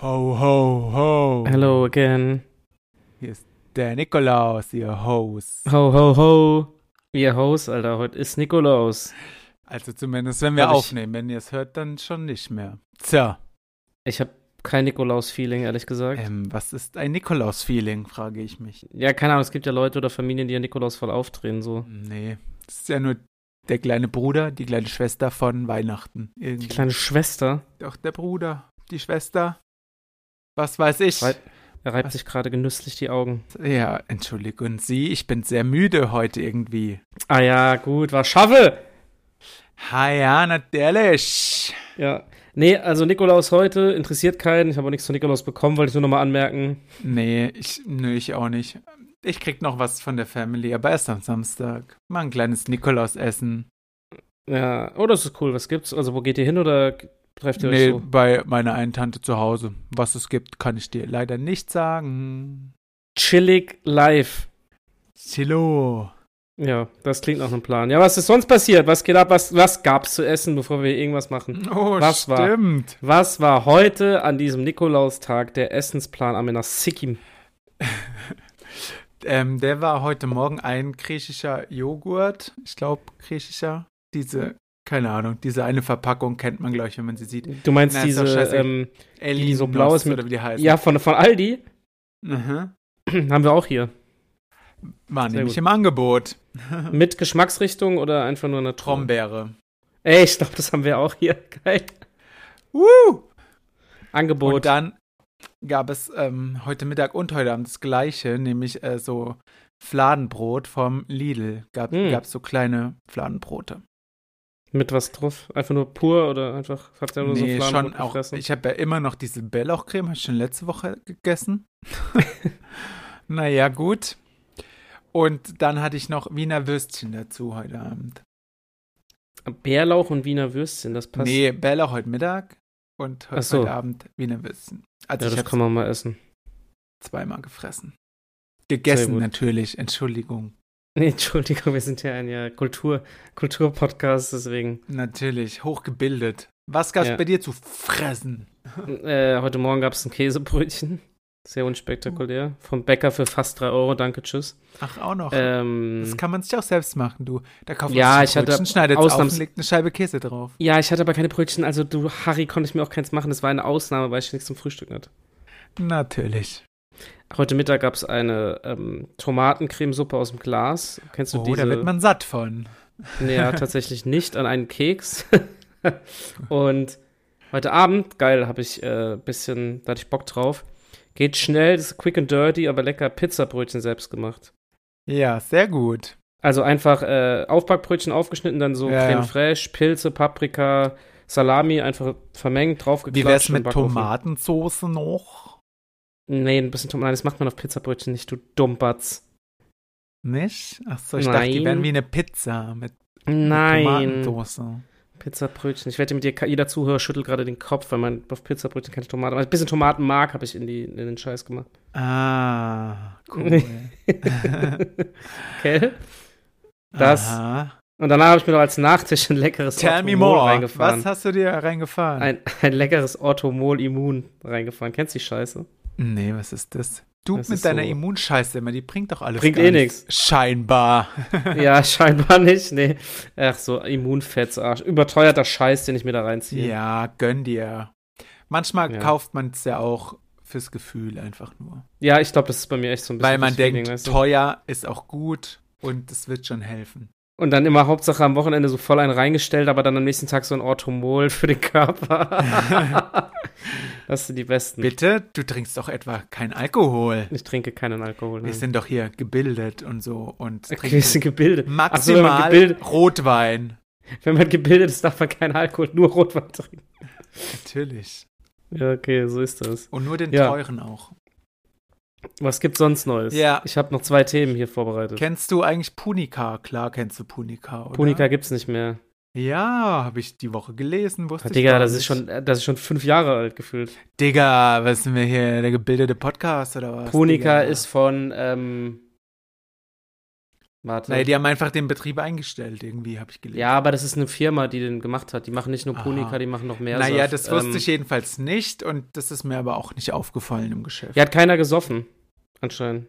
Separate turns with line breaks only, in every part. Ho, ho, ho.
Hello again.
Hier ist der Nikolaus, ihr Host.
Ho, ho, ho. Ihr Host, Alter, heute ist Nikolaus.
Also zumindest, wenn wir
Hab ich-
aufnehmen. Wenn ihr es hört, dann schon nicht mehr. Tja,
Ich habe kein Nikolaus-Feeling, ehrlich gesagt.
ähm, was ist ein Nikolaus-Feeling, frage ich mich.
Ja, keine Ahnung, es gibt ja Leute oder Familien, die ja Nikolaus voll aufdrehen, so.
Nee, das ist ja nur der kleine Bruder, die kleine Schwester von Weihnachten.
Die
Irgendwie.
kleine Schwester
Doch, der Bruder, die Schwester. Was weiß ich?
Wei- er reibt
Was?
sich gerade genüsslich die Augen.
Ja, entschuldigt und Sie, ich bin sehr müde heute irgendwie.
Ah ja, gut, war Schaffe!
Ha ja, natürlich.
Ja. Nee, also Nikolaus heute interessiert keinen. Ich habe auch nichts zu Nikolaus bekommen, wollte ich nur nochmal anmerken.
Nee, ich, nö, ich auch nicht. Ich krieg noch was von der Family, aber erst am Samstag. Mal ein kleines Nikolausessen.
Ja, oh, das ist cool. Was gibt's? Also, wo geht ihr hin oder trefft ihr
Nee,
euch so?
bei meiner einen Tante zu Hause. Was es gibt, kann ich dir leider nicht sagen.
Chillig live.
Chillo.
Ja, das klingt nach einem Plan. Ja, was ist sonst passiert? Was geht ab? Was, was gab's zu essen, bevor wir irgendwas machen?
Oh,
Was war?
stimmt.
Was war heute an diesem Nikolaustag der Essensplan am Sikkim?
Ähm, der war heute Morgen ein griechischer Joghurt. Ich glaube, griechischer. Diese, keine Ahnung, diese eine Verpackung kennt man, glaube ich, wenn man sie sieht.
Du meinst
Na, ist
diese,
doch scheißegal.
ähm,
Ellie
so blau ist mit-
Oder wie die heißt.
ja, von, von Aldi
Mhm.
haben wir auch hier.
War
Sehr
nämlich
gut.
im Angebot.
Mit Geschmacksrichtung oder einfach nur eine Trommel?
Trombeere.
Ey, ich glaube, das haben wir auch hier. Geil.
Uh! Und
Angebot.
dann gab es ähm, heute Mittag und heute Abend das gleiche, nämlich äh, so Fladenbrot vom Lidl. Gab
Mm.
es so kleine Fladenbrote.
Mit was drauf? Einfach nur pur oder einfach habt ihr nur
nee,
so
schon
Fladenbrot
auch.
gefressen?
Ich habe ja immer noch diese Bärlauchcreme, habe ich schon letzte Woche gegessen. naja, gut. Und dann hatte ich noch Wiener Würstchen dazu heute Abend.
Bärlauch und Wiener Würstchen, das passt.
Nee, Bärlauch heute Mittag und he
Ach so.
heute Abend Wiener Würstchen. Also
ja,
ich
das kann
habe
man mal essen.
zweimal gefressen. Gegessen
gut.
natürlich, Entschuldigung.
Nee, Entschuldigung, wir sind ja ein ja, Kultur, Kulturpodcast, deswegen.
Natürlich, hochgebildet. Was gab's
Ja.
bei dir zu fressen?
äh, heute Morgen gab es ein Käsebrötchen. Sehr unspektakulär. Vom Bäcker für fast 3 Euro, danke, tschüss.
Ach, auch noch.
Ähm,
das kann man sich auch selbst machen, du. Da kauft man
Ja,
sich
ich
ein
hatte
Brötchen, schneidet es auf
ausnahms-
und legt eine Scheibe Käse drauf.
ja, ich hatte aber keine Brötchen, also du, Harry, konnte ich mir auch keins machen. Das war eine Ausnahme, weil ich nichts zum Frühstück hatte.
Natürlich.
Heute Mittag gab es eine ähm, Tomatencremesuppe aus dem Glas. Kennst du
Oh,
diese?
da wird man satt von.
Nee, ja, tatsächlich nicht an einen Keks. Und heute Abend, geil, habe ich ein äh, bisschen, da hatte ich Bock drauf. Geht schnell, das ist quick and dirty, aber lecker Pizzabrötchen selbst gemacht.
Ja, sehr gut.
Also einfach äh, Aufbackbrötchen aufgeschnitten, dann so
Ja,
Creme
ja.
fraiche, Pilze, Paprika, Salami einfach vermengt, draufgeklatscht.
Wie wär's
im
mit
Backofen.
Tomatensoße noch?
Nee, ein bisschen Tomaten, das macht man auf Pizzabrötchen nicht, du Dummbatz.
Nicht? Ach so, ich dachte, die
Nein.
wären wie eine Pizza mit, mit
Nein,
Tomatensoße.
Pizzabrötchen. Ich wette mit dir, jeder Zuhörer schüttelt gerade den Kopf, weil man auf Pizzabrötchen keine Tomaten, also ein bisschen Tomatenmark habe ich in, die, in den Scheiß gemacht.
Ah, cool.
Okay. Das-
Aha.
Und danach habe ich mir noch als Nachtisch ein leckeres
Tell me
Orthomol
more. Was
reingefahren.
hast du dir reingefahren?
Ein, ein leckeres Orthomol Immun reingefahren. Kennst du die Scheiße?
Nee, was ist das? Du
Das
mit
ist so-
deiner Immunscheiße immer, die bringt doch alles.
Bringt
gar
eh
Scheinbar.
ja, scheinbar nicht. Nee. Ach so, Immunfetzarsch. Überteuerter Scheiß, den ich mir da reinziehe.
Ja, gönn dir. Manchmal
Ja.
kauft man es ja auch fürs Gefühl einfach nur.
Ja, ich glaube, das ist bei mir echt so ein bisschen
Weil man
das Feeling,
denkt,
weißt du?
teuer ist auch gut und es wird schon helfen.
Und dann immer Hauptsache am Wochenende so voll einen reingestellt, aber dann am nächsten Tag so ein Orthomol für den Körper. das sind die Besten.
Bitte, du trinkst doch etwa kein Alkohol.
Ich trinke keinen Alkohol.
Wir
nein.
sind doch hier gebildet und so und
Okay, wir
trinken
sind gebildet. Ach so, wenn man
maximal
gebildet,
Rotwein.
Wenn man gebildet ist, darf man keinen Alkohol, nur Rotwein trinken.
Natürlich.
Ja, okay, so ist das.
Und nur den
Ja.
teuren auch.
Was gibt's sonst Neues?
Ja.
Ich habe noch zwei Themen hier vorbereitet.
Kennst du eigentlich Punika? Klar kennst du Punika, oder?
Punika gibt's nicht mehr.
Ja, habe ich die Woche gelesen, wusste ich
Digga,
gar
das
nicht.
ist schon, äh, das ist schon fünf Jahre alt gefühlt.
Digga, was sind wir hier, der gebildete Podcast oder was? Digga?
Punika ist von ähm, Warte.
Naja, die haben einfach den Betrieb eingestellt, irgendwie, habe ich gelesen.
ja, aber das ist eine Firma, die den gemacht hat. Die machen nicht nur
Aha.
Punika, die machen noch mehr.
naja,
Saft.
das wusste
Ähm,
ich jedenfalls nicht und das ist mir aber auch nicht aufgefallen im Geschäft.
Ja, hat keiner gesoffen, anscheinend.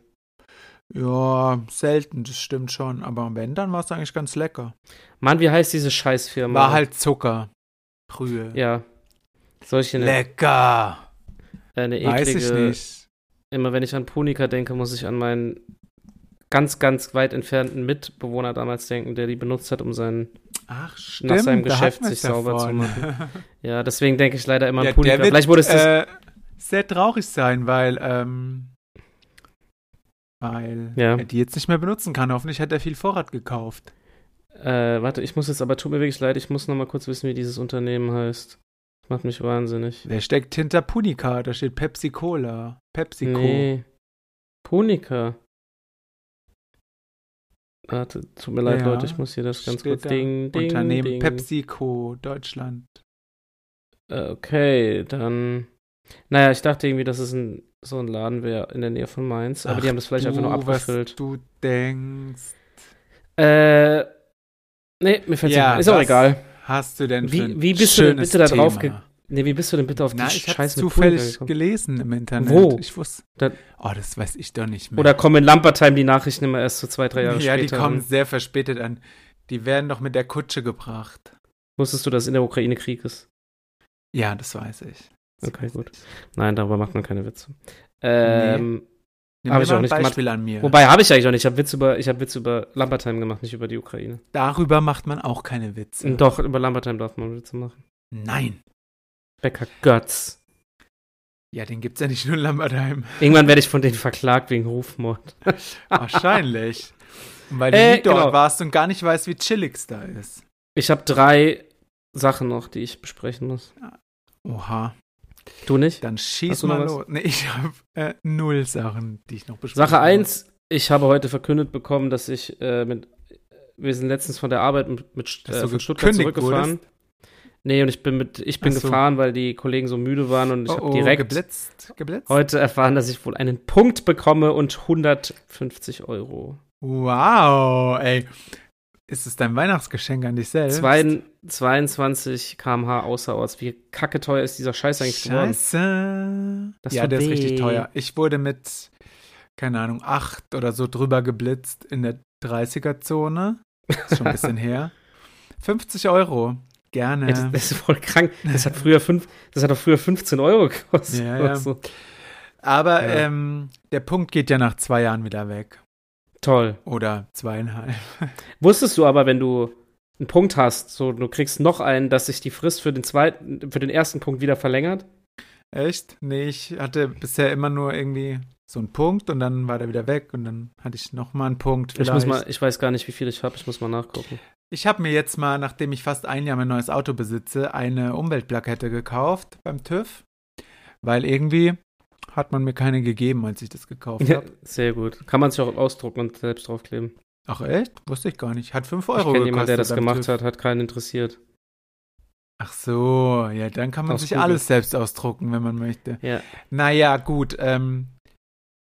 Ja, selten, das stimmt schon. Aber wenn, dann war es eigentlich ganz lecker.
Mann, wie heißt diese Scheißfirma?
War halt Zucker. Brühe.
Ja. Solche eine,
Lecker.
eine eklige.
Weiß ich nicht.
Immer wenn ich an Punika denke, muss ich an meinen ganz, ganz weit entfernten Mitbewohner damals denken, der die benutzt hat, um seinen.
Ach, stimmt.
nach seinem
da
Geschäft
hatten wir's
sich sauber zu
davon.
machen. Ja, deswegen denke ich leider immer an
ja,
Punika.
der wird
Vielleicht wurde es das.
äh, sehr traurig sein, weil, ähm, weil
Ja.
er die jetzt nicht mehr benutzen kann. Hoffentlich hat er viel Vorrat gekauft.
Äh, warte, ich muss jetzt, aber tut mir wirklich leid, ich muss nochmal kurz wissen, wie dieses Unternehmen heißt. Das macht mich wahnsinnig.
Wer steckt hinter Punica? Da steht Pepsi Cola. Pepsico.
Nee. Punika. Warte, tut mir leid,
Ja,
Leute, ich muss hier das ganz
steht
kurz.
da.
Ding, ding,
Unternehmen
ding.
PepsiCo Deutschland.
Äh, Okay, dann. Naja, ich dachte irgendwie, dass es ein, so ein Laden wäre in der Nähe von Mainz, aber die
Ach
haben das vielleicht einfach nur
du, was
abgefüllt.
Du denkst,
Äh. Nee, mir fällt's
Ja,
nicht. ein. Ist auch
das-
egal.
hast du denn
Wie-
für ein
wie bist du denn
schönes
bitte da drauf
Thema?
Nee, wie bist du denn bitte auf die
Na, ich hab's
Scheiße mit Punika
zufällig
gekommen?
gelesen im Internet.
Wo?
Ich wusste.
Da-
oh, das weiß ich doch nicht mehr.
Oder kommen in Lampertheim die Nachrichten immer erst so zwei, drei Jahre
ja,
später?
die kommen
Und
sehr verspätet an. Die werden doch mit der Kutsche gebracht.
Wusstest du, dass in der Ukraine Krieg ist?
Ja, das weiß ich. Das
Okay,
weiß
gut.
ich.
Nein, darüber macht man keine Witze. Ähm,
Nimm
Hab
dir
ich
mal
auch
ein
nicht gemacht.
Beispiel an mir.
Wobei habe ich eigentlich auch nicht. Ich habe Witz über, ich habe Witz über Lampertheim gemacht, nicht über die Ukraine.
Darüber macht man auch keine Witze.
Doch, über Lampertheim darf man Witze machen.
Nein.
Becker Götz.
Ja, den gibt's ja nicht nur in Lambertheim.
Irgendwann werde ich von denen verklagt wegen Rufmord.
Wahrscheinlich. Weil du
Äh,
nie dort
genau.
warst und gar nicht weißt, wie chillig's da ist.
Ich habe drei Sachen noch, die ich besprechen muss.
Oha.
Du nicht?
Dann schieß
Hast du noch
mal
was?
los. Nee, ich habe äh, null Sachen, die ich noch besprechen
Sache
wollte.
1, ich habe heute verkündet bekommen, dass ich äh, mit. Wir sind letztens von der Arbeit mit, mit
Dass
äh,
du
von Stuttgart
gekündigt
zurückgefahren. Nee, und ich bin mit, ich bin
Ach so.
gefahren, weil die Kollegen so müde waren und ich
Oh,
habe
oh,
direkt
geblitzt, geblitzt.
heute erfahren, dass ich wohl einen Punkt bekomme und 150 Euro.
Wow, ey. Ist es dein Weihnachtsgeschenk an dich selbst?
Zwei, 22 km/h außerorts. Wie kacke teuer ist dieser Scheiß eigentlich geworden?
Scheiße.
Das
ja,
tut
der ist richtig
weh.
teuer. Ich wurde mit, keine Ahnung, acht oder so drüber geblitzt in der 30er-Zone. Ist schon ein bisschen her. 50 Euro. Gerne.
Ey, Das, das ist voll krank. Das hat früher fünf, das hat doch früher 15 Euro gekostet.
Ja,
oder
ja.
So.
Aber
Ja.
ähm, der Punkt geht ja nach zwei Jahren wieder weg.
Toll.
Oder zweieinhalb.
Wusstest du aber, wenn du einen Punkt hast, so du kriegst noch einen, dass sich die Frist für den zweiten, für den ersten Punkt wieder verlängert?
Echt? Nee, ich hatte bisher immer nur irgendwie so einen Punkt und dann war der wieder weg und dann hatte ich nochmal einen Punkt.
Ich muss
vielleicht.
mal, ich weiß gar nicht, wie viel ich habe. Ich muss mal nachgucken.
Ich habe mir jetzt mal, nachdem ich fast ein Jahr mein neues Auto besitze, eine Umweltplakette gekauft beim TÜV, weil irgendwie hat man mir keine gegeben, als ich das gekauft habe.
Sehr gut. Kann man sich auch ausdrucken und selbst draufkleben.
Ach echt? Wusste ich gar nicht. Hat 5 Euro
ich kenne
gekostet.
jemanden, der das
beim
gemacht
TÜV.
hat, hat keinen interessiert.
Ach so, ja, dann kann man
Aus
sich
Google.
alles selbst ausdrucken, wenn man möchte.
Ja.
Naja, gut, ähm,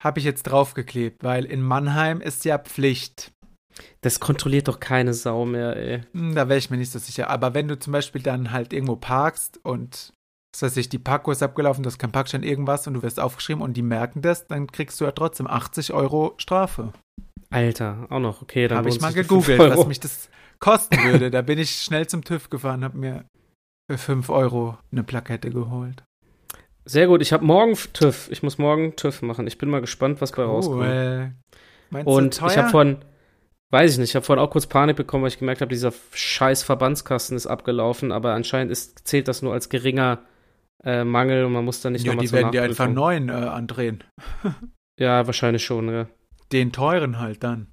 habe ich jetzt draufgeklebt, weil in Mannheim ist ja Pflicht.
Das kontrolliert doch keine Sau mehr, ey.
Hm, Da wäre ich mir nicht so sicher. Aber wenn du zum Beispiel dann halt irgendwo parkst und was weiß ich, die Parkuhr ist abgelaufen, du hast keinen Parkschein, irgendwas und du wirst aufgeschrieben und die merken das, dann kriegst du ja trotzdem 80 Euro Strafe.
Alter, auch noch. Okay, dann
Habe ich
lohnt
mal
sich die fünf
gegoogelt,
Euro.
was mich das kosten würde. Da bin ich schnell zum TÜV gefahren, habe mir für 5 Euro eine Plakette geholt.
Sehr gut. Ich habe morgen TÜV. Ich muss morgen TÜV machen. Ich bin mal gespannt, was bei rauskommt.
Cool. Oh, äh, Meinst
Und
du teuer?
ich habe vorhin, weiß ich nicht, ich habe vorhin auch kurz Panik bekommen, weil ich gemerkt habe, dieser scheiß Verbandskasten ist abgelaufen, aber anscheinend ist, zählt das nur als geringer äh, Mangel und man muss dann nicht
ja,
nochmal
die
zur
werden dir
Nachprüfung.
einfach einen neuen äh, andrehen.
ja, wahrscheinlich schon, ja.
Den teuren halt dann.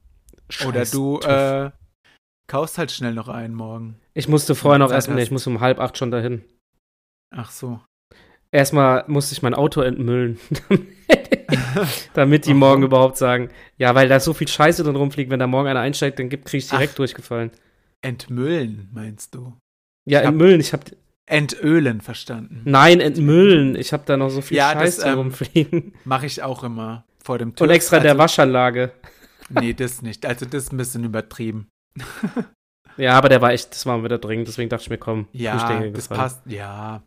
Oder
Scheiß
du
TÜV.
äh, kaufst halt schnell noch einen morgen.
ich musste vorher noch
Zeit
erstmal, nee,
hast.
ich musste um halb acht schon dahin.
Ach so.
Erstmal musste ich mein Auto entmüllen, damit die morgen überhaupt sagen, ja, weil da so viel Scheiße drin rumfliegt, wenn da morgen einer einsteigt, dann kriege ich direkt
Ach.
durchgefallen.
Entmüllen, meinst du?
Ja,
Ich hab-
entmüllen, ich habe,
Entölen verstanden.
nein, entmüllen, ich habe da noch so viel
Ja, das,
Scheiße
ähm,
rumfliegen.
Mache ich auch immer vor dem TÜV.
Und extra in
also,
der Waschanlage.
Nee, das nicht. Also das ist ein bisschen übertrieben.
Ja, aber der war echt, das war wieder dringend, deswegen dachte ich mir, komm,
Ja,
Fischstängel
das
gefallen.
passt. Ja.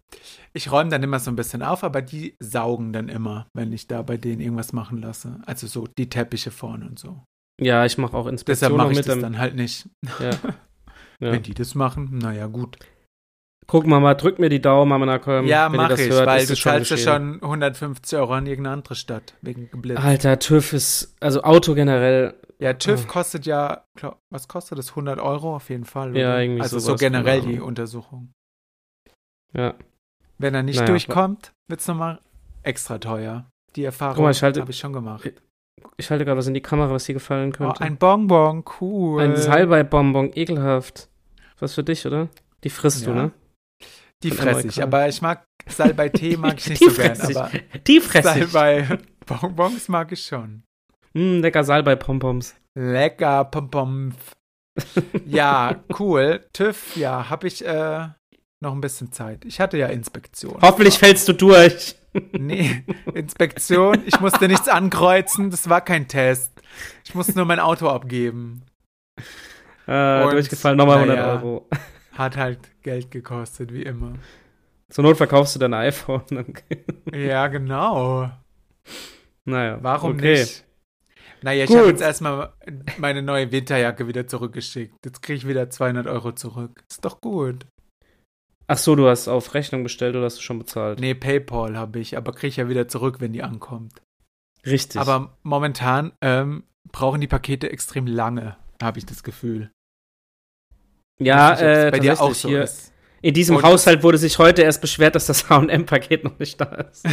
Ich räume dann immer so ein bisschen auf, aber die saugen dann immer, wenn ich da bei denen irgendwas machen lasse. Also so die Teppiche vorne und so.
Ja, ich mache auch
Deshalb
Inspektionen noch
mache ich
mit.
das
Dann,
dann halt nicht.
ja.
Wenn die das machen, naja, gut.
Guck, Mama, drück mir die Daumen, Mama Nakolm.
ja,
Ähm, wenn ihr
mache
das
ich,
hört,
weil
ist
du
es schon
zahlst ja
geschehen.
schon 150 Euro an irgendeine andere Stadt wegen geblitzt.
Alter, TÜV ist, also Auto generell,
Ja, TÜV
Ah.
kostet ja, glaub, was kostet das? 100 Euro auf jeden Fall.
Ja,
oder?
irgendwie
Also so
sowas,
generell
keine
die
Ahnung.
Untersuchung.
ja.
Wenn er nicht
Naja,
durchkommt, wird es nochmal extra teuer. Die Erfahrung
Guck mal, ich halte-
habe ich schon gemacht.
Ich halte gerade was in die Kamera, was dir gefallen
Oh,
könnte.
ein Bonbon, cool.
Ein Salbei-Bonbon, ekelhaft. Was für dich, oder? Die frisst
Ja.
du, ne?
Die
von
fresse ich,
Amerika.
aber ich mag Salbei-Tee mag ich nicht
Die
so gern,
fress ich.
aber
Die fresse ich.
Salbei-Bonbons mag ich schon.
Mm, lecker Salbei-Pompoms.
Lecker, Pompom. Ja, cool. TÜV, ja, habe ich äh, noch ein bisschen Zeit. Ich hatte ja Inspektion.
Hoffentlich fällst du durch.
Nee, Inspektion. Ich musste nichts ankreuzen. Das war kein Test. Ich musste nur mein Auto abgeben.
Äh,
Und,
durchgefallen, nochmal 100
naja.
Euro.
Hat halt Geld gekostet, wie immer.
Zur Not verkaufst du dein iPhone. Okay.
Ja, genau.
Naja.
Warum
okay.
nicht? Naja, ich habe
Gut.
jetzt erstmal meine neue Winterjacke wieder zurückgeschickt. Jetzt kriege ich wieder 200 Euro zurück. Ist doch gut.
Ach so, du hast auf Rechnung bestellt oder hast du schon bezahlt?
Nee, PayPal habe ich, aber kriege ich ja wieder zurück, wenn die ankommt.
Richtig.
Aber momentan ähm, brauchen die Pakete extrem lange, habe ich das Gefühl.
ja,
Ich weiß nicht, ob's
äh,
bei dir auch
tatsächlich
so
hier.
ist.
In diesem
Und-
Haushalt wurde sich heute erst beschwert, dass das H&M-Paket noch nicht da ist.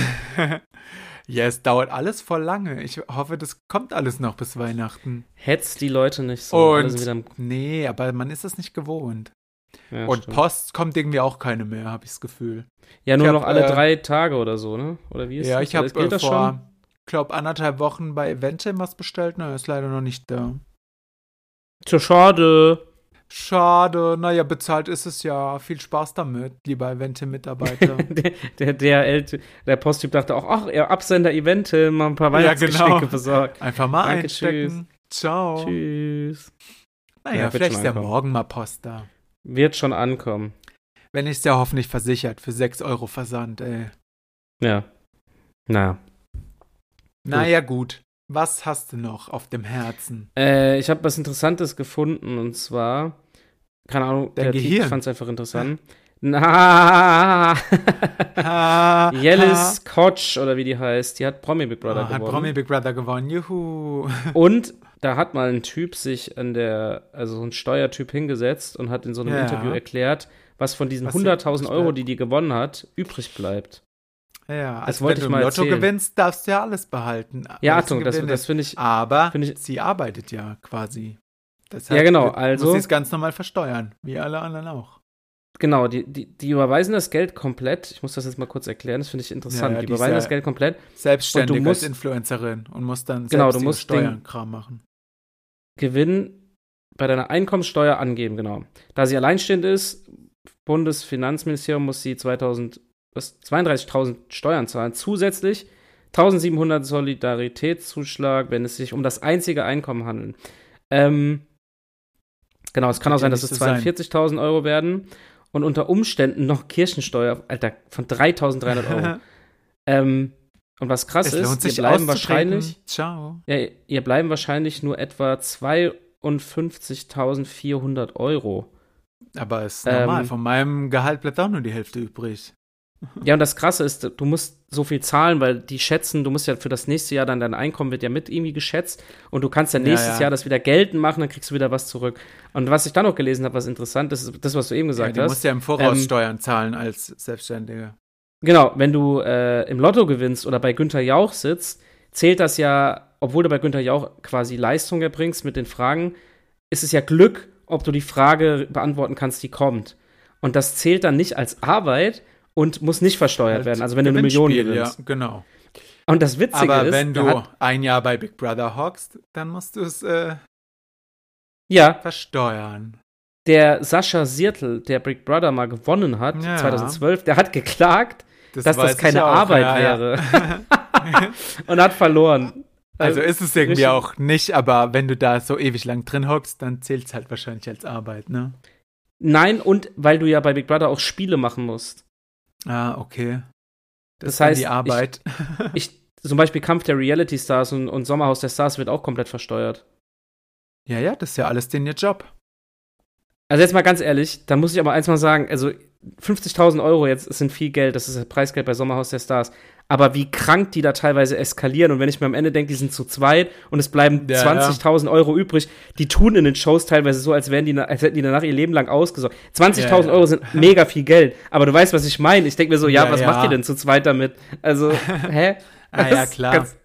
ja, es dauert alles voll lange. Ich hoffe, das kommt alles noch bis Weihnachten.
Hetzt die Leute nicht so.
Und-
Alle sind wieder im,
Nee, aber man ist es nicht gewohnt.
ja,
Und
stimmt.
Post kommt irgendwie auch keine mehr, habe ich das Gefühl.
ja, nur
ich hab,
noch alle
äh,
drei Tage oder so, ne? Oder wie ist
ja,
das?
ich habe
Geht
äh,
das schon?
vor, glaube anderthalb Wochen bei Eventim was bestellt. Na, ist leider noch nicht da.
Tja, schade.
Schade. Naja, bezahlt ist es ja. Viel Spaß damit, lieber Eventim-Mitarbeiter.
Der, der, der, der Posttyp dachte auch, ach, ihr Absender Event, mal ein paar Weihnachtsgeschenke
genau.
besorgt.
Einfach mal
Danke,
einstecken.
Oh.
Ciao.
Tschüss.
Naja,
Ja, wird
vielleicht
schon
ist ja
ankommen.
morgen mal Post da.
Wird schon ankommen.
Wenn nicht, ist ja hoffentlich versichert für 6 Euro Versand, ey.
Ja. Na.
Naja, gut. Was hast du noch auf dem Herzen?
Äh, ich habe was Interessantes gefunden und zwar, keine Ahnung,
Dein
der Typ, ich
Gehirn.
fand es einfach interessant. Na,
Ha,
Jellis Koch oder wie die heißt, die hat Promi Big
ha.
Brother
Ah, hat
gewonnen.
Promi Big Brother gewonnen. Juhu.
Und da hat mal ein Typ sich an der, also so ein Steuertyp hingesetzt und hat in so einem
Ja.
Interview erklärt, was von diesen
Was hier
100.000
übrig
Euro,
bleibt.
die die gewonnen hat, übrig bleibt.
Ja,
Das
also wenn
wollte ich
du im
mal
Lotto
erzählen.
gewinnst, darfst du ja alles behalten.
Ja,
Alles
Achtung, das,
Gewinne.
das finde ich,
Aber
finde ich-
sie arbeitet ja quasi. Deshalb
Ja, genau,
wird-
also-
Muss sie es ganz normal versteuern, wie alle anderen auch.
Genau, die, die, die überweisen das Geld komplett. Ich muss das jetzt mal kurz erklären, das finde ich interessant.
Ja, ja,
die
die
überweisen
ist
das
ja-
Geld komplett.
Selbstständig
Und du musst-
als Influencerin und musst dann
Genau,
selbst
du
ihre
musst den-
Steuerkram machen.
Gewinn bei deiner Einkommensteuer angeben, genau. Da sie alleinstehend ist, Bundesfinanzministerium muss sie 2000 was, 32.000 Steuern zahlen. Zusätzlich 1.700 Solidaritätszuschlag, wenn es sich um das einzige Einkommen handelt. Ähm, genau, es kann auch
Wird ja
sein, dass
nicht
es
so sein.
42.000 Euro werden und unter Umständen noch Kirchensteuer, Alter, von 3.300 Euro. ähm, und was krass
es
ist,
lohnt
die
sich
bleiben
auszutreten.
wahrscheinlich
Ciao.
ja, ihr bleiben wahrscheinlich nur etwa 52.400 Euro.
Aber ist
Ähm,
normal. Von meinem Gehalt bleibt auch nur die Hälfte übrig.
Ja, und das Krasse ist, du musst so viel zahlen, weil die schätzen, du musst ja für das nächste Jahr dann dein Einkommen wird ja mit irgendwie geschätzt und du kannst ja
Ja,
nächstes
ja.
Jahr das wieder geltend machen, dann kriegst du wieder was zurück. Und was ich dann noch gelesen habe, was interessant ist, ist das, was du eben gesagt
ja, du
hast.
musst ja im Voraus
Ähm,
Steuern zahlen als Selbstständiger.
Genau, wenn du äh, im Lotto gewinnst oder bei Günther Jauch sitzt, zählt das ja, obwohl du bei Günther Jauch quasi Leistung erbringst mit den Fragen, ist es ja Glück, ob du die Frage beantworten kannst, die kommt. Und das zählt dann nicht als Arbeit und muss nicht versteuert
Als
werden, also wenn du eine Million
Gewinnspiel,
gewinnst.
Ja, genau.
Und das Witzige
Aber
ist,
wenn
da
du
hat,
ein Jahr bei Big Brother hockst, dann musst du es äh,
ja,
versteuern.
der Sascha Siertel, der Big Brother mal gewonnen hat,
Ja.
2012, der hat geklagt
Das
Dass das
weiß ich
keine
auch,
Arbeit
ja, ja.
wäre. und hat verloren.
Also ist es irgendwie
Richtig.
auch nicht, aber wenn du da so ewig lang drin hockst, dann zählt es halt wahrscheinlich als Arbeit, ne?
Nein, und weil du ja bei Big Brother auch Spiele machen musst.
Ah, okay.
Das,
Dann
heißt,
die Arbeit.
Ich, ich, zum Beispiel Kampf der Reality Stars und, und Sommerhaus der Stars wird auch komplett versteuert.
Ja, ja, das ist ja alles denn ihr Job.
Also jetzt mal ganz ehrlich, da muss ich aber eins mal sagen, also 50.000 Euro jetzt sind viel Geld, das ist das Preisgeld bei Sommerhaus der Stars. Aber wie krank die da teilweise eskalieren und wenn ich mir am Ende denke, die sind zu zweit und es bleiben
Ja,
20.000 Euro übrig, die tun in den Shows teilweise so, als, wären die, na- als hätten die danach ihr Leben lang ausgesorgt. 20.000
Ja, ja.
Euro sind mega viel Geld, aber du weißt, was ich meine. Ich denke mir so, ja,
Ja,
was
ja.
macht ihr denn zu zweit damit? Also, hä?
Ah, ja,
Das ist
klar.
ganz-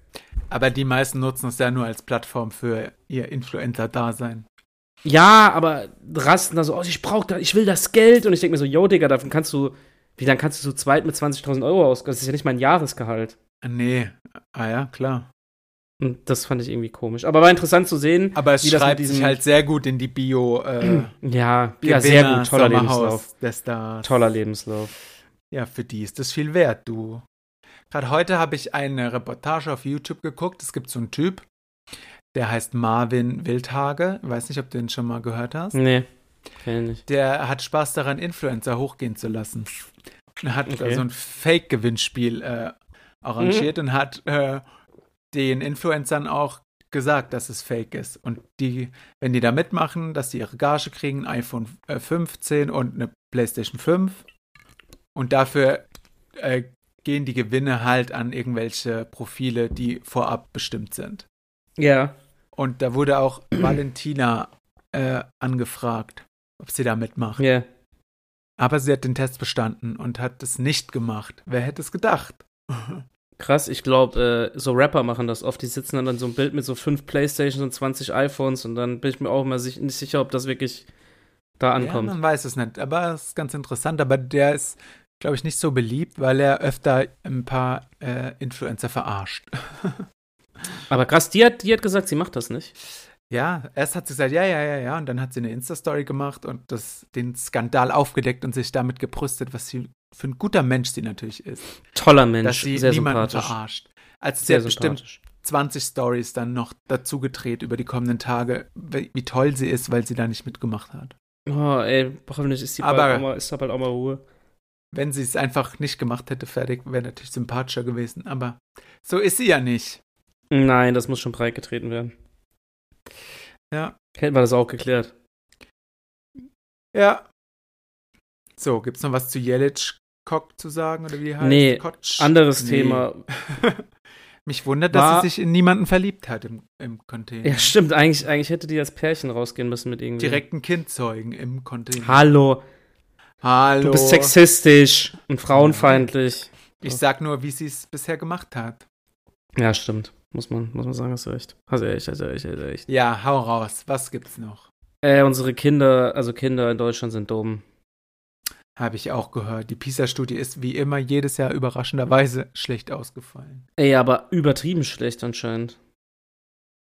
Aber die meisten nutzen es ja nur als Plattform für ihr Influencer-Dasein.
Ja, aber rasten da so aus, ich brauche da, ich will das Geld. Und ich denke mir so, yo, Digga, davon kannst du, wie lange kannst du zu zweit mit 20.000 Euro aus? Das ist ja nicht mein Jahresgehalt.
Ah, Nee, ah ja, klar.
Und das fand ich irgendwie komisch. Aber war interessant zu sehen.
Aber es
wie das mit
schreibt sich
diesem-
halt sehr gut in die Bio. Äh,
Ja, ja,
Gewinner
sehr gut. Toller
Sommerhaus
Lebenslauf.
Der Stars.
Toller Lebenslauf.
Ja, für die ist das viel wert, du. Gerade heute habe ich eine Reportage auf YouTube geguckt. Es gibt so einen Typ, der heißt Marvin Wildhage. Weiß nicht, ob du den schon mal gehört hast.
Nee, kenn ich nicht.
Der hat Spaß daran, Influencer hochgehen zu lassen. Er hat
Okay.
da so ein Fake-Gewinnspiel äh, arrangiert und hat äh, den Influencern auch gesagt, dass es fake ist. Und die, wenn die da mitmachen, dass die ihre Gage kriegen, ein iPhone äh, 15 und eine PlayStation 5. Und dafür äh, gehen die Gewinne halt an irgendwelche Profile, die vorab bestimmt sind.
Ja.
Und da wurde auch Valentina äh, angefragt, ob sie da mitmacht.
Ja.
Aber sie hat den Test bestanden und hat es nicht gemacht. Wer hätte es gedacht?
Krass, ich glaube, äh, so Rapper machen das oft. Die sitzen dann an so einem Bild mit so fünf Playstations und 20 iPhones und dann bin ich mir auch immer sich, nicht sicher, ob das wirklich da ankommt.
Ja, man weiß es nicht, aber es ist ganz interessant. Aber der ist, glaube ich, nicht so beliebt, weil er öfter ein paar äh, Influencer verarscht.
Aber krass, die hat, die hat gesagt, sie macht das nicht.
Ja, erst hat sie gesagt, ja, ja, ja, ja, und dann hat sie eine Insta-Story gemacht und das, den Skandal aufgedeckt und sich damit gebrüstet, was sie für ein guter Mensch sie natürlich ist.
Toller
dass
Mensch,
sie
sehr
niemanden
sympathisch.
verarscht. Also sie
Sehr
hat bestimmt
sympathisch.
20 Stories dann noch dazu gedreht über die kommenden Tage, wie wie toll sie ist, weil sie da nicht mitgemacht hat.
Oh, ey, hoffentlich ist, die bald
Aber-
auch mal, ist da bald auch mal Ruhe.
Wenn sie es einfach nicht gemacht hätte, fertig, wäre natürlich sympathischer gewesen. Aber so ist sie ja nicht.
Nein, das muss schon breit getreten werden.
Ja.
Hätten wir das auch geklärt.
Ja. So, gibt's noch was zu Jelic Kock zu sagen oder wie die heißt?
Nee,
Kotsch?
Anderes
Nee.
Thema.
Mich wundert, dass
War-
sie sich in niemanden verliebt hat im, im Container.
Ja, stimmt, eigentlich, eigentlich hätte die als Pärchen rausgehen müssen mit irgendwie.
Direkt ein Kind zeugen im Container.
Hallo,
Hallo.
du bist sexistisch und frauenfeindlich.
Ich sag nur, wie sie es bisher gemacht hat.
Ja, stimmt. Muss man, muss man sagen, hast du recht. Hast du recht, hast du recht, hast du recht.
Ja, hau raus. Was gibt's noch?
Äh, unsere Kinder, also Kinder in Deutschland sind dumm.
Habe ich auch gehört. Die PISA-Studie ist wie immer jedes Jahr überraschenderweise schlecht ausgefallen.
Ey, aber übertrieben schlecht anscheinend.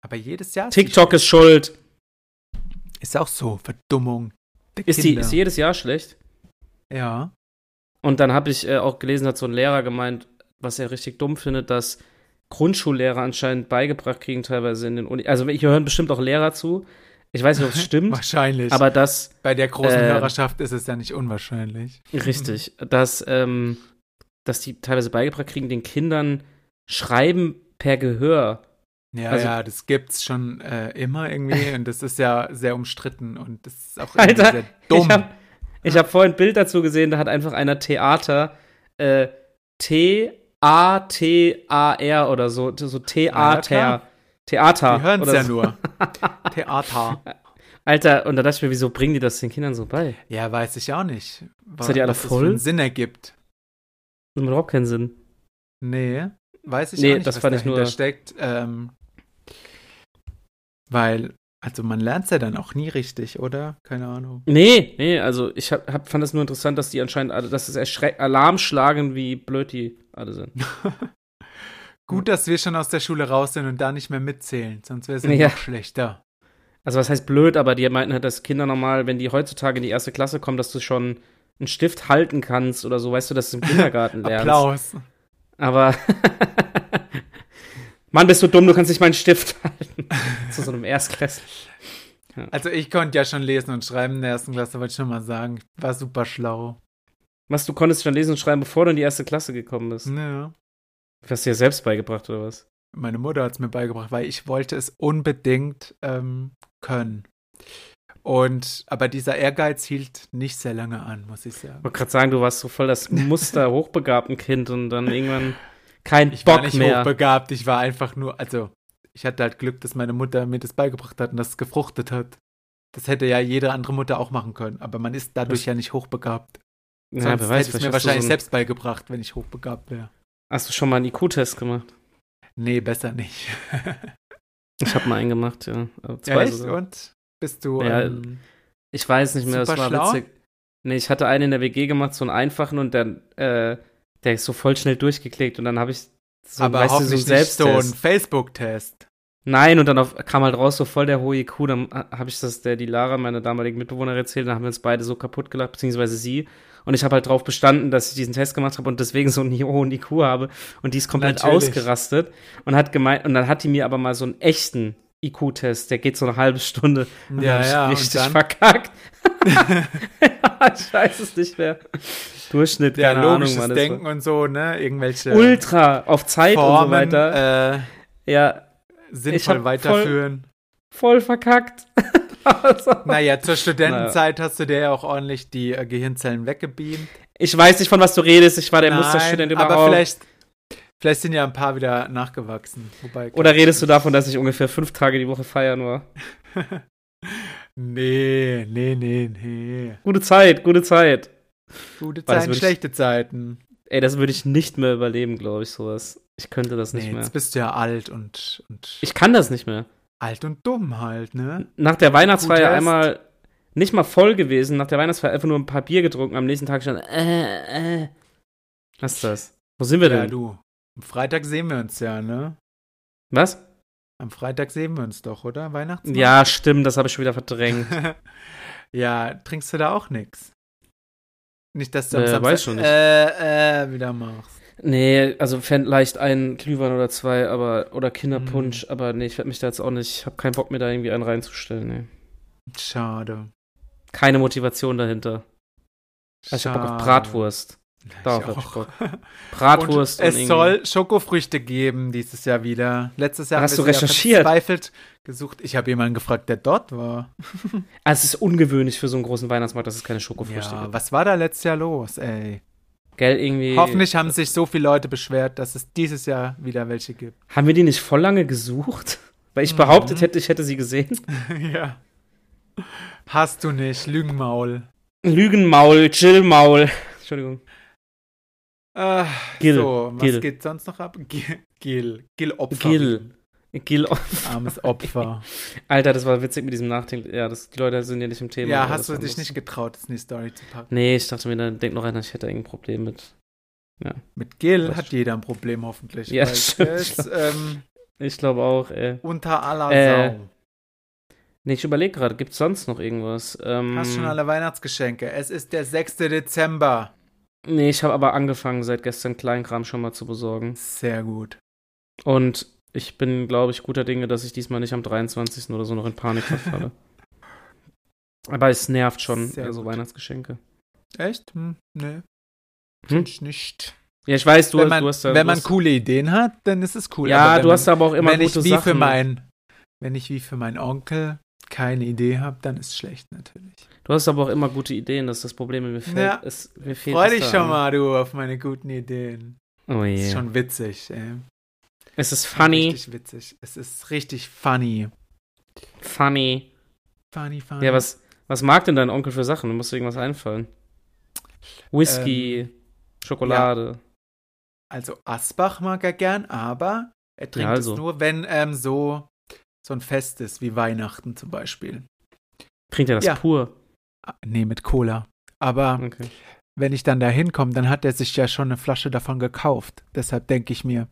Aber jedes Jahr ist sie
TikTok ist schuld.
Ist auch so, Verdummung. Der
Ist die,
Kinder.
ist die jedes Jahr schlecht?
ja.
Und dann habe ich äh, auch gelesen, hat so ein Lehrer gemeint, was er richtig dumm findet, dass Grundschullehrer anscheinend beigebracht kriegen teilweise in den Uni. Also hier hören bestimmt auch Lehrer zu. Ich weiß nicht, ob es stimmt,
Wahrscheinlich.
aber das
bei der großen
äh,
Hörerschaft ist es ja nicht unwahrscheinlich.
richtig, dass ähm, dass die teilweise beigebracht kriegen, den Kindern Schreiben per Gehör.
Ja,
also-
ja, das gibt's schon äh, immer irgendwie und das ist ja sehr umstritten und das ist auch
Alter,
irgendwie sehr dumm.
Ich habe ich hab vorhin ein Bild dazu gesehen, da hat einfach einer Theater äh, T A T A R oder so, so Theater.
klar.
Theater.
Die hören es
oder
ja
so.
nur. Theater.
Alter, und da dachte ich mir, wieso bringen die das den Kindern so bei?
Ja, weiß ich auch nicht. Was,
Seid ihr alle
das
voll?
für einen Sinn ergibt.
Das macht überhaupt keinen Sinn.
Nee, weiß ich
Nee,
auch nicht,
das
was
fand ich
dahinter
nur-
steckt. Ähm, weil, also man lernt's ja dann auch nie richtig, oder? Keine Ahnung.
Nee, nee, also ich hab, hab, fand das nur interessant, dass die anscheinend alle, dass es erschreck Alarm schlagen, wie blöd die alle sind.
Gut, dass wir schon aus der Schule raus sind und da nicht mehr mitzählen, sonst wäre es
Ja.
noch schlechter.
Also was heißt blöd, aber die meinten halt, dass Kinder normal, wenn die heutzutage in die erste Klasse kommen, dass du schon einen Stift halten kannst oder so, weißt du, dass du im Kindergarten lernst.
Applaus.
Aber Mann, bist du dumm, du kannst nicht meinen Stift halten. Zu so einem Erstklässler.
Also ich konnte ja schon lesen und schreiben in der ersten Klasse, wollte ich schon mal sagen. Ich war super schlau.
Was, du konntest schon lesen und schreiben, bevor du in die erste Klasse gekommen bist?
Ja.
Hast du dir selbst beigebracht oder was?
Meine Mutter hat es mir beigebracht, weil ich wollte es unbedingt ähm, können. Und aber dieser Ehrgeiz hielt nicht sehr lange an, muss ich sagen.
Ich wollte gerade sagen, du warst so voll das Muster hochbegabten Kind und dann irgendwann kein ich Bock
war nicht
mehr.
hochbegabt, ich war einfach nur, also ich hatte halt Glück, dass meine Mutter mir das beigebracht hat und das gefruchtet hat. Das hätte ja jede andere Mutter auch machen können, aber man ist dadurch ja nicht hochbegabt. Sonst
Ja, wer weiß,
hätte ich
vielleicht
mir
hast du
wahrscheinlich
so ein-
selbst beigebracht, wenn ich hochbegabt wäre.
Hast du schon mal einen IQ-Test gemacht?
Nee, besser nicht.
Ich habe mal einen gemacht, ja. Aber
Ja,
Zwei
echt?
sogar.
Und? Bist du
Ja,
ähm,
Ich weiß nicht mehr, das
Super
war
schlau?
witzig. Nee, ich hatte einen in der WG gemacht, so einen einfachen und dann, äh, der ist so voll schnell durchgeklickt und dann habe ich so,
aber
weißt du, so einen
hoffentlich nicht so
Selbsttest.
ein Facebook-Test.
Nein, und dann auf, kam halt raus, so voll der hohe IQ. Dann habe ich das der die Lara, meine damalige Mitbewohnerin, erzählt. Dann haben wir uns beide so kaputt gelacht, beziehungsweise sie. Und ich habe halt drauf bestanden, dass ich diesen Test gemacht habe und deswegen so einen hohen IQ habe. Und die ist komplett
Natürlich.
ausgerastet und hat gemeint, und dann hat die mir aber mal so einen echten IQ-Test, der geht so eine halbe Stunde. Und
Ja,
dann hab ich
ja, und
richtig
dann?
verkackt. ich weiß es nicht mehr. Durchschnitt,
Ja,
keine
logisches
Ahnung, Mann, das war-
Denken und so, ne? Irgendwelche
Ultra auf Zeit
Formen
und so weiter.
Äh,
ja,
sinnvoll
voll-
weiterführen.
voll verkackt. also.
Naja, zur Studentenzeit hast du dir ja auch ordentlich die äh, Gehirnzellen weggebeamt.
Ich weiß nicht, von was du redest. Ich war der
Nein,
Musterstudent überhaupt.
aber vielleicht, vielleicht sind ja ein paar wieder nachgewachsen. Wobei,
Oder redest du davon, dass ich ungefähr fünf Tage die Woche feiern war?
Nee, nee, nee, nee.
Gute Zeit, gute Zeit.
Gute
Weil das
Zeiten,
würd ich-
schlechte Zeiten.
Ey, das würde ich nicht mehr überleben, glaube ich, sowas. Ich könnte das nicht
Nee,
mehr.
jetzt bist du ja alt und, und
Ich kann das nicht mehr.
alt und dumm halt, ne?
Nach der Weihnachtsfeier
Protest.
einmal nicht mal voll gewesen, nach der Weihnachtsfeier einfach nur ein paar Bier getrunken, am nächsten Tag schon äh, äh. Was ist das? Wo sind wir
Ja,
denn?
du. Am Freitag sehen wir uns ja, ne?
Was?
Am Freitag sehen wir uns doch, oder? Weihnachtsmarkt?
Ja, stimmt, das habe ich schon wieder verdrängt.
ja, trinkst du da auch nix? Nicht, dass du am
Äh,
Samstag
weiß schon nicht.
Äh, äh, wieder machst.
Nee, also vielleicht ein Glühwein oder zwei, aber oder
Mhm.
Kinderpunsch, aber nee, ich werde mich da jetzt auch nicht, ich habe keinen Bock mir da irgendwie einen reinzustellen, nee.
Schade.
Keine Motivation dahinter. Also ich habe Bock auf
Schade.
Bratwurst. Darauf
Ich
hab ich
auch.
Bock. Bratwurst
Und es
irgendwie-
soll Schokofrüchte geben dieses Jahr wieder. Letztes Jahr
Hast
haben
du
wir sie ja
recherchiert?
verzweifelt gesucht. Ich habe jemanden gefragt, der dort war.
Ah, es ist ungewöhnlich für so einen großen Weihnachtsmarkt, dass es keine Schokofrüchte
Ja,
gibt.
was war da letztes Jahr los, ey?
Gell, irgendwie.
Hoffentlich haben sich so viele Leute beschwert, dass es dieses Jahr wieder welche gibt.
Haben wir die nicht voll lange gesucht? Weil
Mhm.
ich behauptet hätte, ich hätte sie gesehen.
ja. Hast du nicht, Lügenmaul.
Lügenmaul, Chillmaul. Entschuldigung.
Ah,
Gil,
so, was
Gil.
geht sonst noch ab? Gil, Gil, Gil Opfer.
Gil. Gil.
Armes Opfer.
Alter, das war witzig mit diesem Nachdenken. Ja, das, die Leute sind ja nicht im Thema.
ja,
aber
hast
das
du dich
war
nicht getraut, das in die Story zu packen?
Nee, ich dachte mir, dann denkt noch einer, ich hätte irgendein Problem mit.
Mit Gil
Das
hat jeder ein Problem, hoffentlich.
Ja,
weil
stimmt.
der ist, ähm,
Ich glaube auch, ey.
unter aller
Äh,
Sau.
Nee, ich überlege gerade, gibt's sonst noch irgendwas? Ähm,
Hast schon alle Weihnachtsgeschenke. Es ist der 6. Dezember.
Nee, ich habe aber angefangen, seit gestern Kleinkram schon mal zu besorgen.
Sehr gut.
Und ich bin, glaube ich, guter Dinge, dass ich diesmal nicht am 23. oder so noch in Panik verfalle. aber es nervt schon,
Sehr
also
gut.
Weihnachtsgeschenke.
Echt? Hm, nee.
Hm?
Ich nicht.
Ja, ich weiß, du,
wenn man,
du hast da.
wenn man
du hast,
coole Ideen hat, dann ist es cool.
ja,
Aber wenn
du hast aber auch immer
wenn
gute
ich wie
Sachen.
Für mein, wenn ich wie für meinen Onkel keine Idee habe, dann ist schlecht natürlich.
du hast aber auch immer gute Ideen, das ist das Problem. Mir fehlt,
Ja.
es, mir fehlt
Freu
es
dich
da
schon
an.
mal, du, auf meine guten Ideen.
Oh je.
Ist schon witzig, ey.
Es ist funny,
Richtig witzig. Es ist richtig funny.
funny.
Funny, funny.
Ja, was, was mag denn dein Onkel für Sachen? Muss dir irgendwas einfallen? Whisky,
Ähm,
Schokolade.
Also Asbach mag er gern, aber er trinkt
Ja, also.
es nur, wenn ähm, so, so ein Fest ist, wie Weihnachten zum Beispiel.
Trinkt er das
Ja.
pur?
Ah, Nee, mit Cola. Aber
Okay.
wenn ich dann da hinkomme, dann hat er sich ja schon eine Flasche davon gekauft. Deshalb denke ich mir,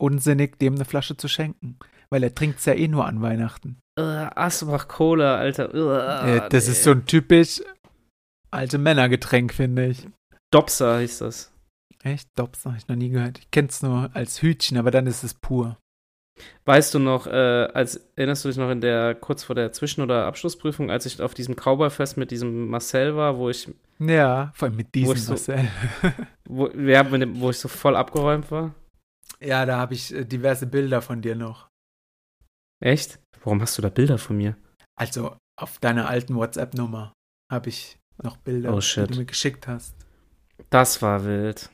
unsinnig, dem eine Flasche zu schenken. Weil er trinkt es ja eh nur an Weihnachten.
Äh, Asbach Cola, Alter. Äh,
äh, das
nee.
ist so ein typisch alte Männergetränk, finde ich.
Dopser hieß das.
Echt? Dops habe ich noch nie gehört. Ich kenne es nur als Hütchen, aber dann ist es pur.
Weißt du noch, äh, als erinnerst du dich noch in der kurz vor der Zwischen- oder Abschlussprüfung, als ich auf diesem Cowboy-Fest mit diesem Marcel war, wo ich,
Ja, vor allem mit diesem
ich so-
Marcel.
wo, ja, mit dem, wo ich so voll abgeräumt war?
ja, da habe ich äh, diverse Bilder von dir noch.
Echt? Warum hast du da Bilder von mir?
Also auf deiner alten WhatsApp-Nummer habe ich noch Bilder,
Oh,
die
shit.
du mir geschickt hast.
Das war wild.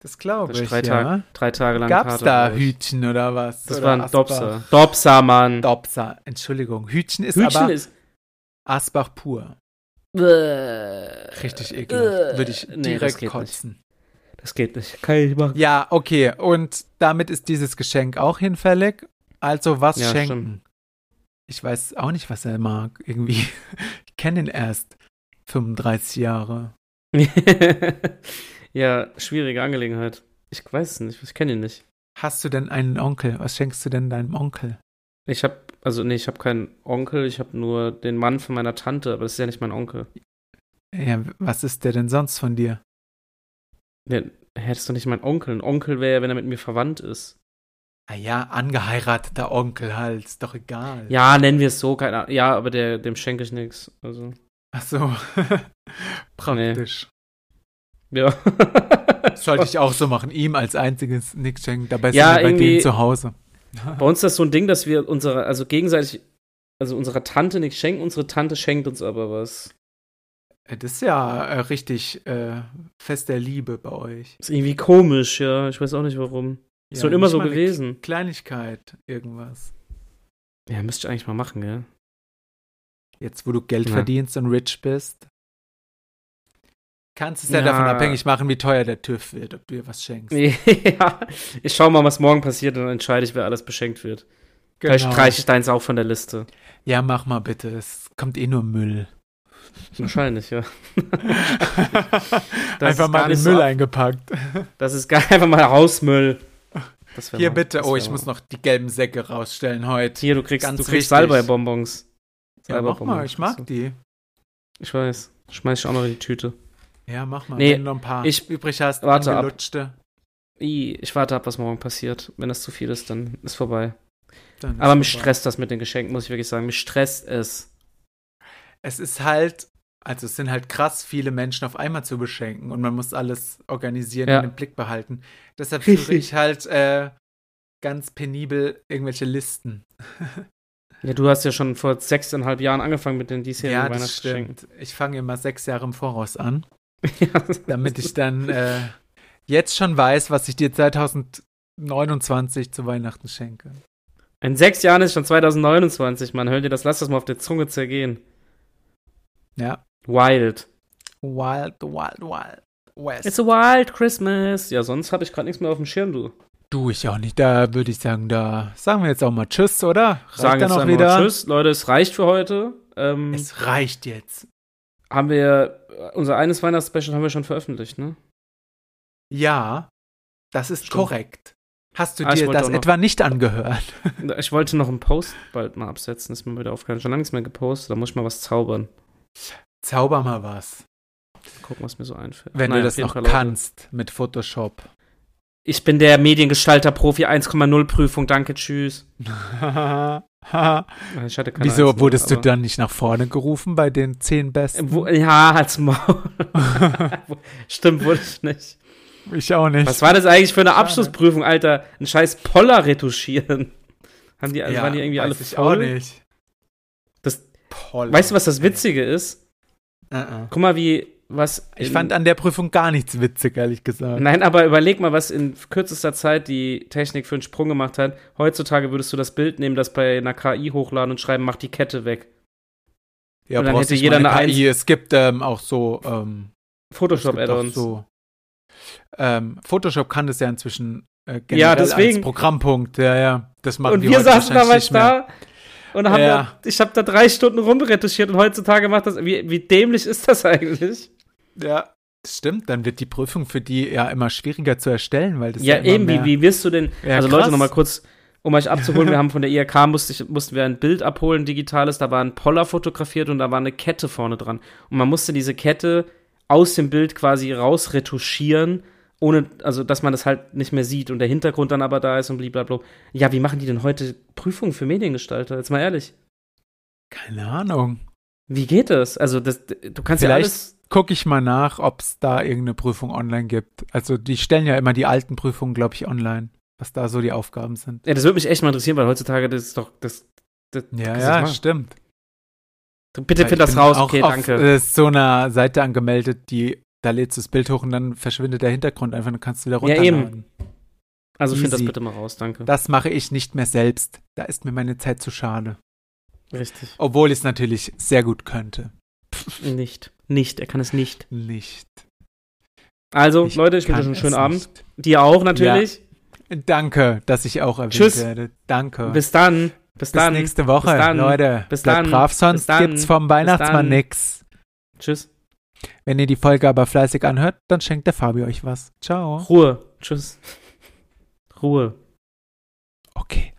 Das glaube
Das
ich,
drei
ja.
Drei Tage lang
Gab's
Karte,
da
glaub ich.
Hütchen oder was?
Das
oder
war ein
Asbach?
Dobser. Dobser, Mann.
Dobser, Entschuldigung. Hütchen ist
Hütchen
aber
ist.
Asbach pur.
Richtig
Richtig ekelhaft. Würde ich
Äh, nee, das
direkt
geht
kotzen.
Das geht nicht. Kann ich machen.
Ja, okay. Und damit ist dieses Geschenk auch hinfällig. Also was
Ja,
schenken? Ich weiß auch nicht, was er mag. Irgendwie. Ich kenne ihn erst 35 Jahre.
ja, schwierige Angelegenheit. Ich weiß es nicht, ich kenne ihn nicht.
Hast du denn einen Onkel? Was schenkst du denn deinem Onkel?
Ich habe, also nee, ich habe keinen Onkel, ich habe nur den Mann von meiner Tante, aber das ist ja nicht mein Onkel.
Ja, was ist der denn sonst von dir?
Nee, hättest du nicht meinen Onkel? Ein Onkel wäre ja, wenn er mit mir verwandt ist.
Ah ja, angeheirateter Onkel halt. Ist doch egal.
Ja, nennen wir es so, keine Ahnung. Ja, aber der, dem schenke ich nichts. Also,
Ach so. Praktisch.
ja.
Sollte ich auch so machen. Ihm als einziges nichts schenken. Dabei
Ja,
sind wir bei
irgendwie-
dem zu Hause.
Bei uns ist das so ein Ding, dass wir unsere, also gegenseitig, also unserer Tante nichts schenken, unsere Tante schenkt uns aber was.
Das ist ja äh, richtig äh, Fest der Liebe bei euch.
Ist irgendwie komisch, ja. Ich weiß auch nicht warum. Ist
ja,
schon immer
nicht
so
mal eine
gewesen.
Kleinigkeit, irgendwas.
Ja, müsste ich eigentlich mal machen, gell?
Jetzt, wo du Geld
Ja.
verdienst und rich bist, kannst es ja,
Ja.
davon abhängig machen, wie teuer der TÜV wird, ob du dir was schenkst.
ja, ich schau mal, was morgen passiert und dann entscheide ich, wer alles beschenkt wird.
Genau.
Vielleicht streiche ich deins auch von der Liste.
Ja, mach mal bitte. Es kommt eh nur Müll.
Wahrscheinlich, ja. ist
Einfach
gar
mal in
nicht so
Müll
ab-
eingepackt.
Das ist gar einfach mal Hausmüll. Das wär
Hier
mal-
bitte.
das
Oh,
wär
ich
mal-
muss noch die gelben Säcke rausstellen heute.
Hier, du kriegst,
Ganz
du
wichtig.
kriegst Salbei-Bonbons.
Ja, mach mal. Ich mag die.
Ich weiß. Schmeiß ich auch noch in die Tüte.
Ja, mach mal.
Nee,
Wenn du noch ein paar
ich-
übrig hast,
warte ab.
angelutschte,
Ih, Ich warte ab, was morgen passiert. Wenn das zu viel ist, dann ist vorbei.
dann ist
Aber mich
vorbei.
stresst das mit den Geschenken, muss ich wirklich sagen. Mich stresst es.
es ist halt, also es sind halt krass viele Menschen auf einmal zu beschenken und man muss alles organisieren
Ja.
und im Blick behalten. Deshalb
Richtig.
führe ich halt äh, ganz penibel irgendwelche Listen.
Ja, du hast ja schon vor sechseinhalb Jahren angefangen mit den diesjährigen
ja, das
Weihnachtsgeschenken.
stimmt. Ich fange immer sechs Jahre im Voraus an,
Ja.
damit ich dann äh, jetzt schon weiß, was ich dir 2029 zu Weihnachten schenke.
In sechs Jahren ist schon 2029, Mann. Hör dir das, lass das mal auf der Zunge zergehen.
Ja.
Wild.
Wild, wild, wild. West.
It's a wild Christmas. Ja, sonst habe ich gerade nichts mehr auf dem Schirm, du.
Du, ich auch nicht. Da würde ich sagen, da sagen wir jetzt auch mal Tschüss, oder? Reicht
Sagen
dann
jetzt
auch
einmal
wieder?
Tschüss. Leute, es reicht für heute. Ähm,
Es reicht jetzt.
haben wir, äh, unser eines Weihnachtsspecial haben wir schon veröffentlicht, ne?
Ja, das ist
Stimmt.
korrekt. Hast du
Ah, ich
dir
wollte
das
auch noch-
etwa nicht angehört?
Ich wollte noch einen Post bald mal absetzen, ist mir wieder aufgefallen. Schon lange nichts mehr gepostet, da muss ich mal was zaubern.
Zauber mal was,
Gucken, was mir so einfällt.
wenn
Naja,
du
auf
das
jeden
noch
Fall, Leute.
kannst mit Photoshop.
Ich bin der Mediengestalter-Profi 1,0 Prüfung, danke, tschüss.
Wieso
Äh, Ich hatte keine Einsen,
wurdest du
aber- Ähm,
dann nicht nach vorne gerufen bei den zehn Besten?
Wo, ja, halt's Maul. Stimmt, wurde ich nicht.
ich auch nicht.
Was war das eigentlich für eine Abschlussprüfung, Alter? Ein scheiß Poller retuschieren. Haben die, also waren die irgendwie
weiß
alle
ich
faul?
auch nicht.
Das-
Poller.
Weißt du, was das Witzige ist?
Äh, äh.
Guck mal, wie was.
Ich
in-
fand an der Prüfung gar nichts witzig, ehrlich gesagt.
Nein, aber überleg mal, was in kürzester Zeit die Technik für einen Sprung gemacht hat. Heutzutage würdest du das Bild nehmen, das bei einer KI hochladen und schreiben, mach die Kette weg.
Ja,
Und dann
brauchst
hätte
nicht
jeder
mal
eine Eins.
KI. Es gibt ähm, auch so ähm, Es gibt auch
Photoshop-Add-ons.
So, ähm, Photoshop kann das ja inzwischen äh, generell
Ja, deswegen.
als Programmpunkt. Ja, ja. Das machen
Und
die
wir
heute
saßen
wahrscheinlich
damals
nicht mehr.
da und haben
Ja.
da, ich habe da drei Stunden rumretuschiert und heutzutage macht das, wie, wie dämlich ist das eigentlich?
Ja, das stimmt. Dann wird die Prüfung für die ja immer schwieriger zu erstellen, weil das
ja,
immer
eben,
mehr,
wie, wie wirst du denn,
Ja,
also
krass.
Leute, nochmal kurz, um euch abzuholen, wir haben von der IRK musste ich, mussten wir ein Bild abholen, digitales, da war ein Poller fotografiert und da war eine Kette vorne dran. Und man musste diese Kette aus dem Bild quasi rausretuschieren ohne, also dass man das halt nicht mehr sieht und der Hintergrund dann aber da ist und blablabla. Ja, wie machen die denn heute Prüfungen für Mediengestalter? Jetzt mal ehrlich.
Keine Ahnung.
Wie geht das? Also, das, du kannst ja
Vielleicht
alles.
gucke ich mal nach, ob es da irgendeine Prüfung online gibt. Also die stellen ja immer die alten Prüfungen, glaube ich, online, was da so die Aufgaben sind.
Ja, das würde mich echt mal interessieren, weil heutzutage das ist doch. Das, das,
Ja,
kannst du
ja,
das machen.
stimmt.
Bitte
Ja,
find
ich
das
bin
raus,
auch
okay,
auf,
danke.
äh, so einer Seite angemeldet, die da lädst du das Bild hoch und dann verschwindet der Hintergrund einfach, dann kannst du wieder
Ja, eben.
runterladen.
also find das
easy.
bitte mal raus, danke.
Das mache ich nicht mehr selbst. Da ist mir meine Zeit zu schade.
Richtig.
Obwohl ich es natürlich sehr gut könnte.
Nicht. Nicht, er kann es nicht.
Nicht.
Also,
Ich
Leute, ich wünsche
kann
euch einen
es
schönen Abend.
nicht.
Dir auch natürlich.
Danke, dass ich auch erwähnt
Tschüss.
werde. Danke.
Bis dann.
Bis
Bis dann.
nächste Woche,
Bis dann.
Leute.
Bis
Bleibt
dann.
brav,
Bis
sonst
dann.
gibt's vom
dann.
Weihnachtsmann nix.
Tschüss.
Wenn ihr die Folge aber fleißig anhört, dann schenkt der Fabi euch was. Ciao.
Ruhe. Tschüss. Ruhe.
Okay.